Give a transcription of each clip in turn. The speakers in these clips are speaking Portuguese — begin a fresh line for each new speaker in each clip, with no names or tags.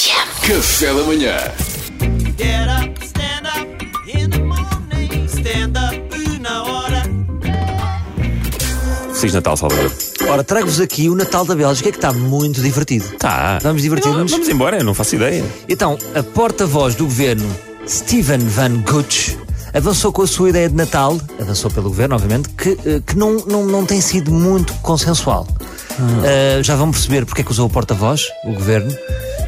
Café da manhã.
Get up, stand up in the morning. Stand up na hora.
Feliz Natal, Salvador.
Ora, trago-vos aqui o Natal da Bélgica que está muito divertido.
Tá.
Vamos divertir-nos?
Vamos embora, eu não faço ideia.
Então, a porta-voz do governo, Steven Van Gucht, avançou com a sua ideia de Natal, avançou pelo governo, obviamente, que, eh, que não, não, não tem sido muito consensual. Eh, já vão perceber porque é que usou o porta-voz, o governo.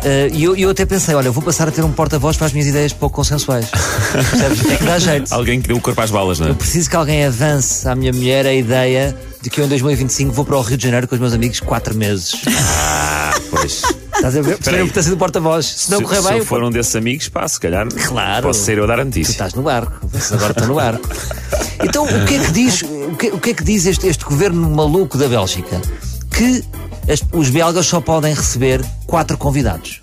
Eh, e eu, eu até pensei, olha, eu vou passar a ter um porta-voz para as minhas ideias pouco consensuais. Percebes? É que dá jeito.
Alguém que deu o corpo às balas, não é?
Preciso que alguém avance à minha mulher a ideia de que eu em 2025 vou para o Rio de Janeiro com os meus amigos quatro meses.
Ah, pois.
Estás a ver? Perceberam
aí.
porque está sendo porta-voz. Se não
se,
correr
se
bem,
eu for um desses amigos, pá, se calhar
Claro.
posso ser eu a dar a
tu tá-
notícia.
estás no barco. Vocês Agora estão no barco. Então, o que é que diz, o que, o que é que diz este, este governo maluco da Bélgica? Que as- os belgas só podem receber quatro convidados.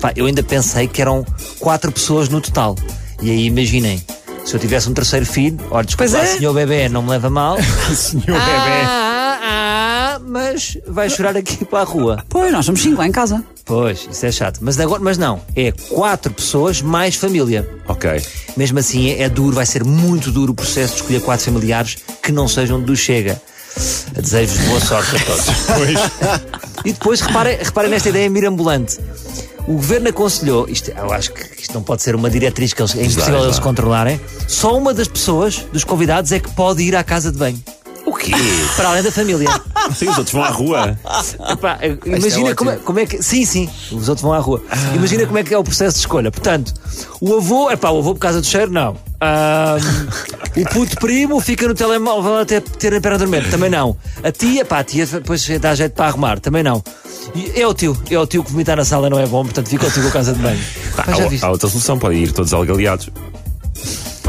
Pá, eu ainda pensei que eram quatro pessoas no total. E aí, imaginem, se eu tivesse um terceiro filho, olha, desculpa,
Pois é.
senhor bebê, não me leva mal.
Senhor bebê.
Ah, ah, ah, mas vai chorar aqui para a rua.
Pois, nós somos cinco lá em casa.
Pois, isso é chato. Mas agora, mas não, é quatro pessoas mais família.
Ok.
Mesmo assim, é, é duro, vai ser muito duro o processo de escolher quatro familiares que não sejam do Chega. Desejo-vos boa sorte a todos. E depois, reparem, reparem nesta ideia mirabolante. O governo aconselhou, isto, eu acho que isto não pode ser uma diretriz que eles, é impossível
exato.
eles controlarem, só uma das pessoas, dos convidados, é que pode ir à casa de banho.
O quê?
Para além da família.
Sim, os outros vão à rua.
Epá, imagina como, é, como é que. Sim, sim, os outros vão à rua. Imagina como é que é o processo de escolha. Portanto, o avô, epá, o avô por causa do cheiro, não. Ahm, o puto primo fica no telemóvel até ter a perna dormente, também não. A tia, pá, a tia depois dá jeito para arrumar, também não. E é o tio, é o tio que vomitar na sala não é bom, portanto fica o tio com a casa de banho.
Tá,
Pá, já viste?
há, há outra solução, podem ir todos algaleados.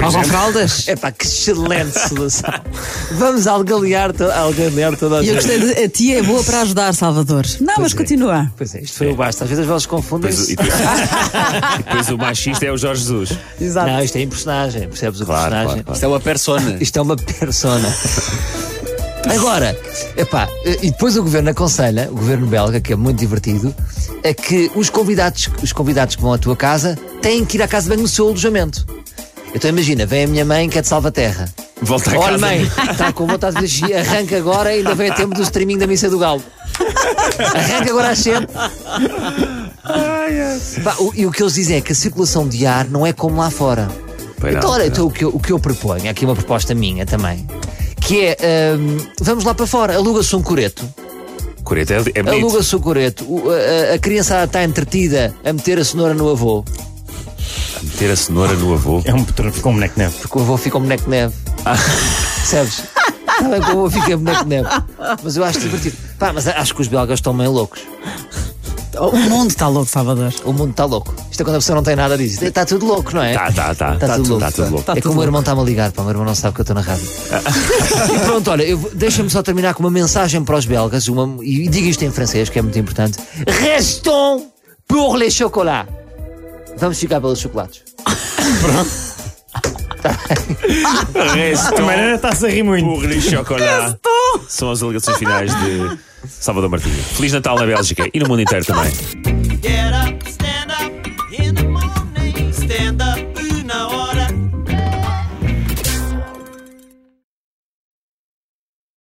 Ou com fraldas.
Epá, que excelente solução. Vamos algalear, to algalear toda a
E eu
gente.
gostei de, a tia é boa para ajudar, Salvador. Não, mas
é.
continua.
Pois é, isto foi o basta. Às vezes as vozes
Depois,
confundem-se.
e, depois, e depois o machista é o Jorge Jesus.
Exato.
Não, isto é em personagem, percebes o
Claro,
personagem?
claro, claro.
Isto é uma persona.
Isto é uma persona. Agora, epá, eh, e depois o governo aconselha, o governo belga, que é muito divertido, é que os convidados, os convidados que vão à tua casa têm que ir à casa de banho no seu alojamento. Então imagina, vem a minha mãe que é de Salvaterra.
Volta à
Olha,
casa.
mãe, está com vontade de xixi, arranca agora, ainda vem a tempo do streaming da Missa do Galo. Arranca agora às 7. Pá, o- E o que eles dizem é que a circulação de ar não é como lá fora.
Pois não,
então, olha,
pois
então, o, que eu, o que eu proponho, aqui uma proposta minha também, que é: hum, vamos lá para fora, aluga-se um coreto.
Coreto é, é bonito.
Aluga-se o coreto, o- a, a- a criança está entretida a meter a cenoura no avô,
Ter a cenoura no avô.
É um petro- ficou um boneco neve.
porque o avô fica um boneco de neve. Percebes? Está bem que o avô fica um boneco de neve. Mas eu acho divertido. Pá, mas acho que os belgas estão meio loucos.
O mundo está louco, Salvador.
O mundo está louco. Isto é quando a pessoa não tem nada disso. Está tudo louco, não é?
Tá, tá, tá.
Está tudo louco.
Tá tudo louco.
é que o meu irmão está-me a ligar, pá. O meu irmão não sabe que eu estou na rádio. e pronto, olha, eu vou- deixa-me só terminar com uma mensagem para os belgas. Uma, e, e diga isto em francês, que é muito importante. Restons pour les chocolats. Vamos ficar pelos chocolates.
Resto.
Também está-se Ah, a rir muito.
Burro e chocolate. São as alegações finais de Salvador Martinho. Feliz Natal na Bélgica e no mundo inteiro também.